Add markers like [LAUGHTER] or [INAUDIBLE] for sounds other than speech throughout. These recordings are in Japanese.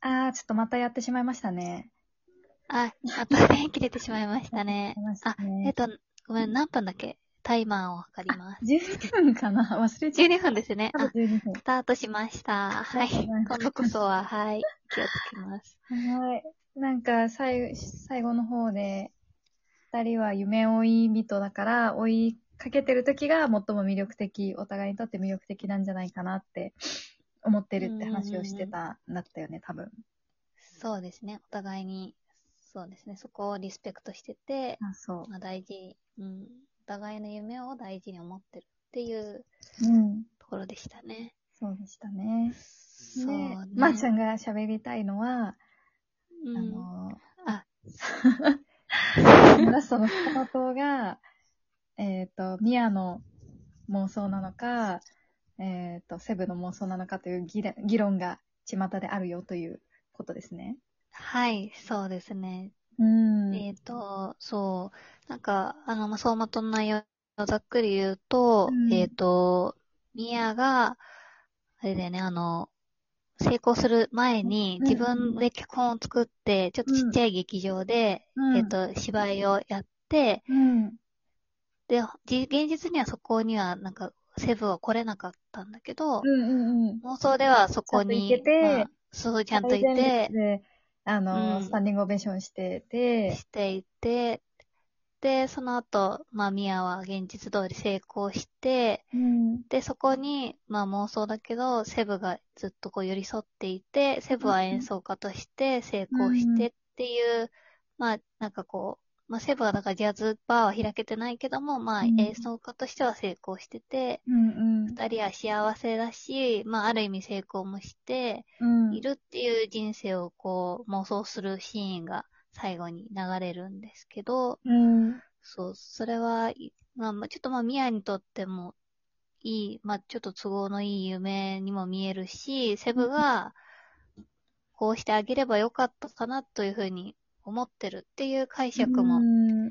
あー、ちょっとまたやってしまいましたね。あ、また電気出てしまいましたね。あ、えっと、ごめん、何分だっけタイマーを測ります。 12分かな [LAUGHS] 忘れちゃっ12分ですね。た。あ、 12分ス。タートしました。はい。今度こそは、はい。気をつけます。はい。なんか、最後、最後の方で、二人は夢追い人だから、追いかけてる時が最も魅力的、お互いにとって魅力的なんじゃないかなって思ってるって話をしてたんだったよね、多分。そうですね。お互いに、そうですね。そこをリスペクトしてて、あ、そまあ、大事に、うん。お互いの夢を大事に思ってるっていうう。うん。ところでしたね。そうでしたね。そうねで。まー、ちゃんが喋りたいのは、うんあの、あ、 [LAUGHS] ラストの二言が、えっ、と、ミアの妄想なのか、えっ、と、セブの妄想なのかという議論議論が巷であるよということですね。はい、そうですね。うん。えっ、と、そう、なんか、あの、まあ、相馬との内容をざっくり言うと、うんえっ、と、ミヤが、あれだよね、あの、成功する前にうん自分で脚本を作って、ちょっとちっちゃい劇場で、うんえっ、と、芝居をやって、うん。で、じ現実にはそこには、なんか、セブは来れなかったんだけど、うんうんうん。妄想ではそこに、ちゃんと行けてまあそう、ちゃんとい最前て列、で、あの、うんスタンディングオベーションしてて、していて、で、その後、まあ、ミアは現実通り成功して、うん。で、そこに、まあ、妄想だけど、セブがずっとこう寄り添っていて、セブは演奏家として成功してっていう、まあ、なんかこう、まあ、セブはだからジャズバーは開けてないけども、まあ、うん演奏家としては成功してて、うん二人は幸せだし、まあ、ある意味成功もして、うん。うん。いるっていう人生をこう妄想するシーンが最後に流れるんですけど、うん。そう、それは、いまあ、まあちょっとまあ、ミヤにとってもいい、まあ、ちょっと都合のいい夢にも見えるし、セブがこうしてあげればよかったかなというふうに思ってるっていう解釈もうん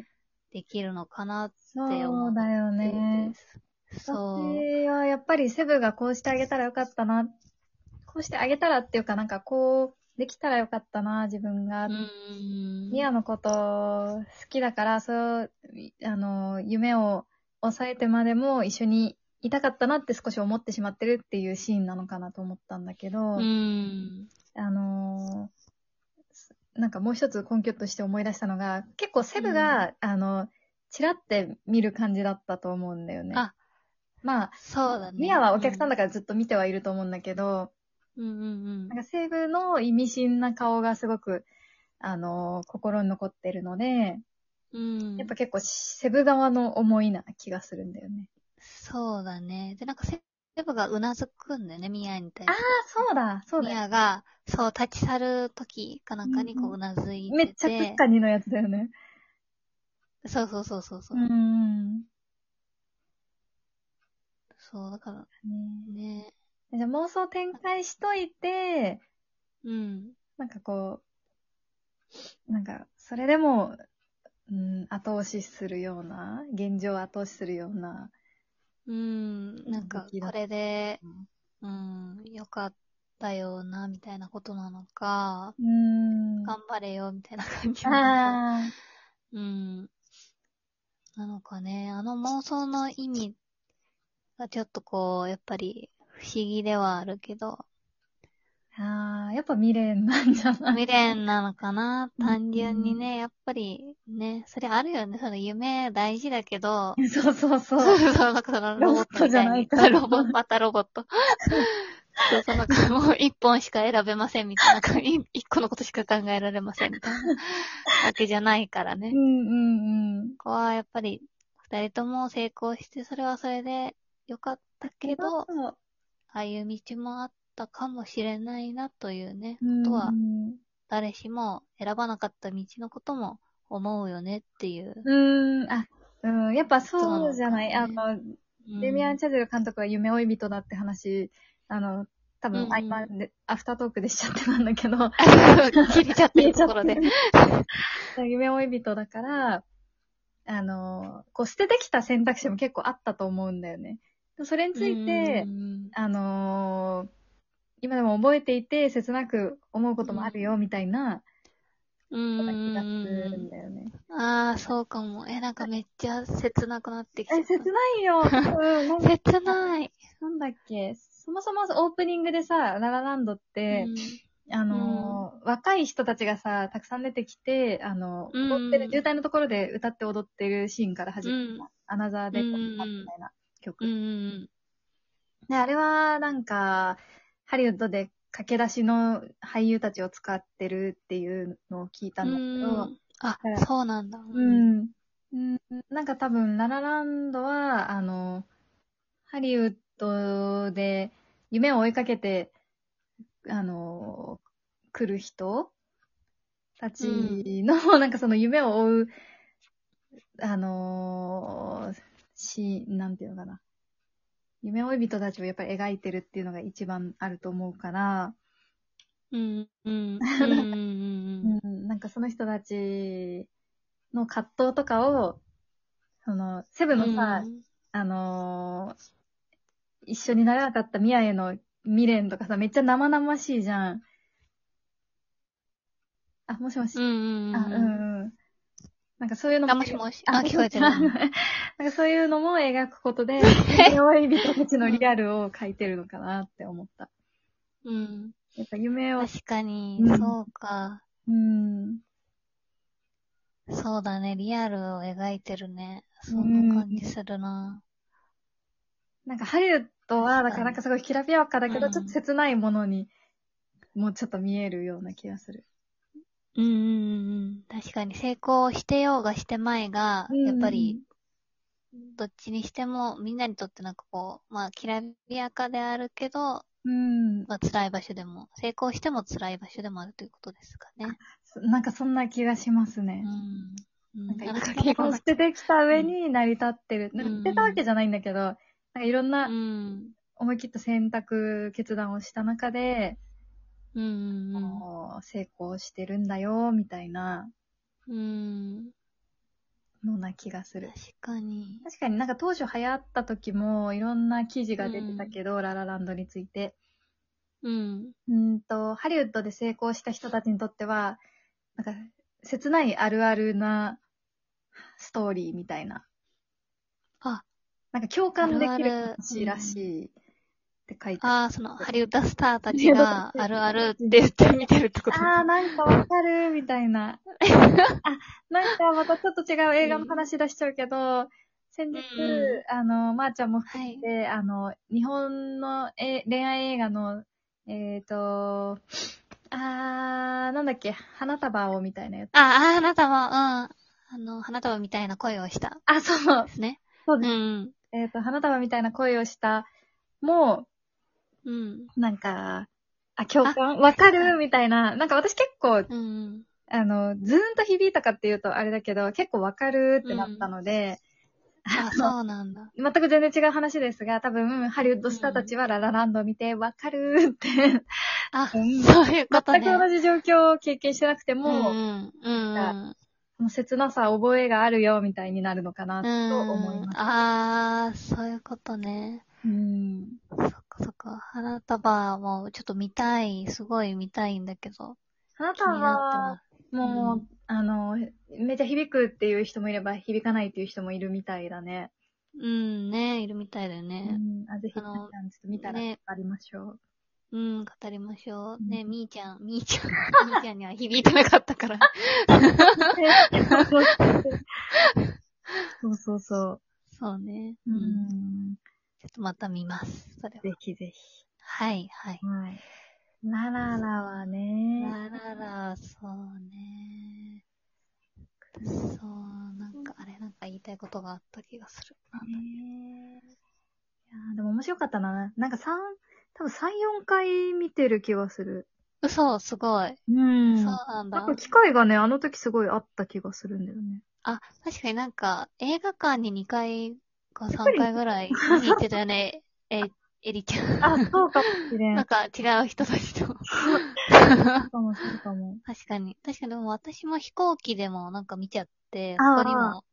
できるのかなってそ思うだよってねで。す。そう。私はやっぱりセブがこうしてあげたらよかったな。こうしてあげたらっていうかなんかこうできたらよかったな、自分が。うん。ミアのこと好きだから、そう、あの、夢を抑えてまでも一緒にいたかったなって少し思ってしまってるっていうシーンなのかなと思ったんだけど、うん。あのーなんかもう一つ根拠として思い出したのが、結構セブが、あの、チラって見る感じだったと思うんだよね。あまあ、そうだね。ミアはお客さんだからずっと見てはいると思うんだけど、うんうんなんか西部の意味深な顔がすごく、あのー心に残ってるので、うん。うん。やっぱ結構セブ側の思いな気がするんだよね。そうだね。で、なんかセブがうなずくんだよね、ミヤに対しああ、そうだ、そて。うミだ。ヤが、そう、立ち去る時かなんかにこうんううなずいてて。めっちゃクッカニのやつだよね。そうそうそうそう。そううーん。ねそう、だからね。じゃあ妄想展開しといて、うん。なんかこう、なんか、それでも、うん、後押しするような、現状を後押しするような、うん。なんか、これで、うん、よかったよな、みたいなことなのか、うーん。頑張れよ、みたいな感じなのか。ああ。うん。なのかね、あの妄想の意味がちょっとこう、やっぱり不思議ではあるけど、ああ、やっぱ未練なんじゃない未練なのかなうん単純にね、やっぱりね、それあるよね。その夢大事だけど、そうそうそそうう。そう、なんかそのロボットロボットみたいに。じゃないからロボまたロボット。そうそう、なんかもう一本しか選べませんみたいな、なんかい一個のことしか考えられませんみたいなわけじゃないからねう。んうんうん。ここはやっぱり二人とも成功して、それはそれで良かったけど、あそうあいう道もあったかもしれないなというね、うんことはう、ん誰しも選ばなかった道のことも思うよねっていう。うーん、あ、うん、やっぱそうじゃない。そうなあのかの、うんデミアン・チャゼル監督は夢追い人だって話、あの、多分、うん合間で、アフタートークでしちゃってたんだけ [LAUGHS] ど、切れちゃってるところ [LAUGHS] で。夢追い人だから、あの、こう捨ててきた選択肢も結構あったと思うんだよね。それについて、うんあの今でも覚えていて、切なく思うこともあるよ、みたいな、う気んがすうんうんるんうだよね。ん。ああ、そうかも。え、なんかめっちゃ切なくなってきちゃえ、った。切ない [LAUGHS] よ。うん、なんか切ない。なんだっけ。そもそもオープニングでさ、ララランドって、あのー若い人たちがさ、たくさん出てきて、あの、うん踊ってる、渋滞のところで歌って踊ってるシーンから始まる、うんアナザーでうんみたいな曲。うん。うんうんで、あれはなんか、ハリウッドで駆け出しの俳優たちを使ってるっていうのを聞いたうんんだけど、ん。あから、そうなんだ。う。ん。うんなんか多分、ララランドは、あの、ハリウッドで夢を追いかけて、あの、来る人たちの、なんかその夢を追う、あの、し、なんていうのかな。夢追い人たちをやっぱり描いてるっていうのが一番あると思うから、うん。うん。うんうんうん [LAUGHS] ううん。ん、なんかその人たちの葛藤とかを、その、セブンのさ、うんあのー一緒になれなかったミヤへの未練とかさ、めっちゃ生々しいじゃん。あ、もしもし。うんうんうん。あ、うんうん。なんかそういうのあ、もしもし。あ、もし聞もこしえ [LAUGHS] てる。なんかそういうのも描くこと [LAUGHS] で、夢追い人たちのリアルを描いてるのかなって思った。うん。やっぱ夢を、確かにう、んそうか。うん。そうだね、リアルを描いてるね。そんな感じするな。なんかハリウッドは、だ確かにからなんかすごいきらびやかだけど、うんちょっと切ないものに、もうちょっと見えるような気がする。うんうんうんうん。確かに成功してようがしてまいが、やっぱり、どっちにしてもみんなにとってなんかこう、まあ、きらびやかであるけど、うん、まあ、辛い場所でも、成功しても辛い場所でもあるということですかね。そなんかそんな気がしますね。うん。なんかいろんな経験してできた上に成り立ってる。なんか出たわけじゃないんだけど、なんかいろんう。なん思い切った選択、決断をした中で、うんうんあの成功してるんだよ、みたいなうん。うん。のな気がする確。かに。確かになんか当初流行った時もいろんな記事が出てたけど、ララランドについて。うん。うーんと、ハリウッドで成功した人たちにとっては、なんか、切ないあるあるなストーリーみたいな。あ、なんか共感できあるるある話らしいって書いてある。ああ、その、ハリウッドスターたちが、あるあるって言って見てるってことあー、なんかわかる、みたい [LAUGHS] な。あ、なんかまたちょっと違う映画の話出しちゃうけど、先日、うあの、まー、ちゃんもはい。で、あの、日本のえ恋愛映画の、えっ、と、あー、なんだっけ、花束をみたいなやつ。ああ、あなたも、うん。あの、花束みたいな恋をした。あ、そうで、すね。そううです。ん。えっ、と、花束みたいな恋をした、もうん。う、なんか、あ、共感わかるみたいな。なんか私結構、うん。あの、ズーンと響いたかっていうとあれだけど、結構わかるってなったので、あ、そうなんだ。全く全然違う話ですが、多分、ハリウッドスターたちはララランドを見て、わかるって、あ、そううんいうこと全ね。く同じ状況を経験してなくても、うん、うんうん。その切なさ、覚えがあるよ、みたいになるのかな、と思います。ああ、そういうことね。うん。そっかそっか。花束もちょっと見たい、すごい見たいんだけど。花気に束なってます。も、あの、めっちゃ響くっていう人もいれば、響かないっていう人もいるみたいだね。うん、うん、ねいるみたいだようね。ん。あぜひ、あの皆さんちょっと見たら、ねありましょう。うん、語りましょう。うんねみーちゃん、みーちゃん、みーちゃんには響いてなかっ [LAUGHS] たから。 [LAUGHS] そうそうそそうね。う。ううん。ちん。ょっとまた見ます。それは。ぜひぜひ。はい、はい。はい。ラララはね、あらら、そうね。そう、なんか、あれ、なんか言いたいことがあった気がする。ねいやーでも面白かったな。なんか3、多分3、4回見てる気がする。嘘、すごい。うんそうななんんだか。機会がね、あの時すごいあった気がするんだよね。あ、確かになんか、映画館に2回かやっぱ3り回ぐらい見に行ってた [LAUGHS] よね。え、えりちゃん。あ、そうかもしれなんん。か違う人たちと。 [LAUGHS] そうかも、そうかも。確かに。確かに、でも私も飛行機でもなんか見ちゃって、あー他にも、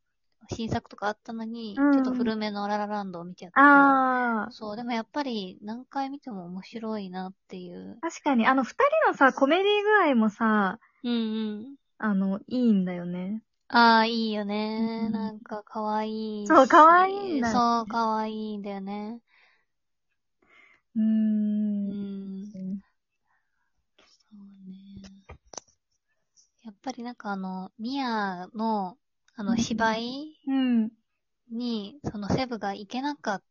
新作とかあったのに、うんちょっと古めのララランドを見ちゃって。ああ。そう、でもやっぱり何回見ても面白いなっていう。確かに、あの、二人のさ、コメディ具合もさ、うんうん。あの、いいんだよね。ああ、いいよね。うんなんか可愛いし。そう可愛いんだよねそう、可愛いんだよね。うー。うんん。そうね。やっぱりなんかあの、ミアの、あうの、ん芝居うん。に、そのセブが行けなかっ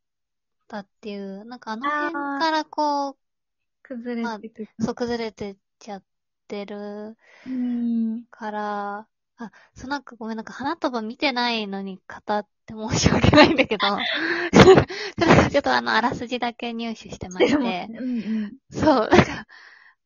たっていう、なんかあのあー辺からこ崩れてくる。う、そう崩れてっちゃってるうん。から、あ、そうなんかごめん、なんか花束見てないのに語って申し訳ないんだけど、 [LAUGHS] ちょっとあの、あらすじだけ入手してまでしも、て、うんうん。そう、なんか、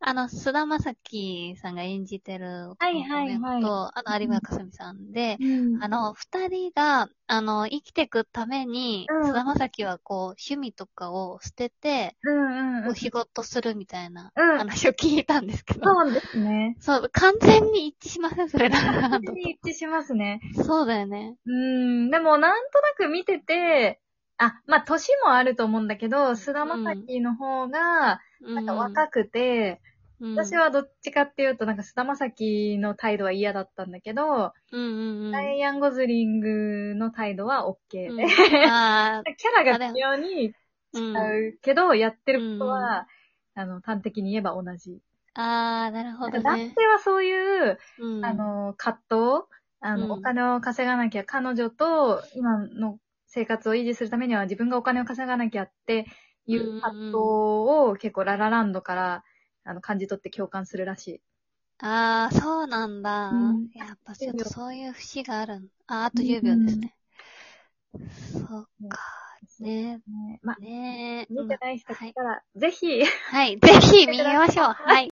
あの、菅田将暉さんが演じてる、はいはいはいと、あの、有村架純さんで、うんあ、の、二人が、あの、生きていくためにう、ん菅田将暉はこう、趣味とかを捨てて、うんうん。お仕事するみたいなうん話を聞いたんですけど、そうですね。そう、完全に一致しません、それラララ完ン全ドと。に一致しますね。そうだよね。うん。でも、なんとなく見てて、あ、まあ、年もあると思うんだけど、菅田将暉の方が、ななんか若くて、私、はどっちかっていうと、なんか菅田将暉の態度は嫌だったんだけど、うんうんうん。ダイアン・ゴズリングの態度は OK [LAUGHS] で、うんあキャラが微妙にー、うん。違うけど、やってることは、あの、端的に言えば同じ。あー、なるほど男ね。性はそういう、うんあ、の、葛藤、あの、うんお金を稼がなきゃ、彼女と今の生活を維持するためには自分がお金を稼がなきゃっていう葛藤を結構ララランドから、あの、感じ取って共感するらしい。あー、そうなんだうん。やっぱちょっとそういう節があるんあー、あと10秒ですね。そうか、ねねまあ、ね見てない人はい来たら、ぜひ、はい、ぜひ見ましょう。はい。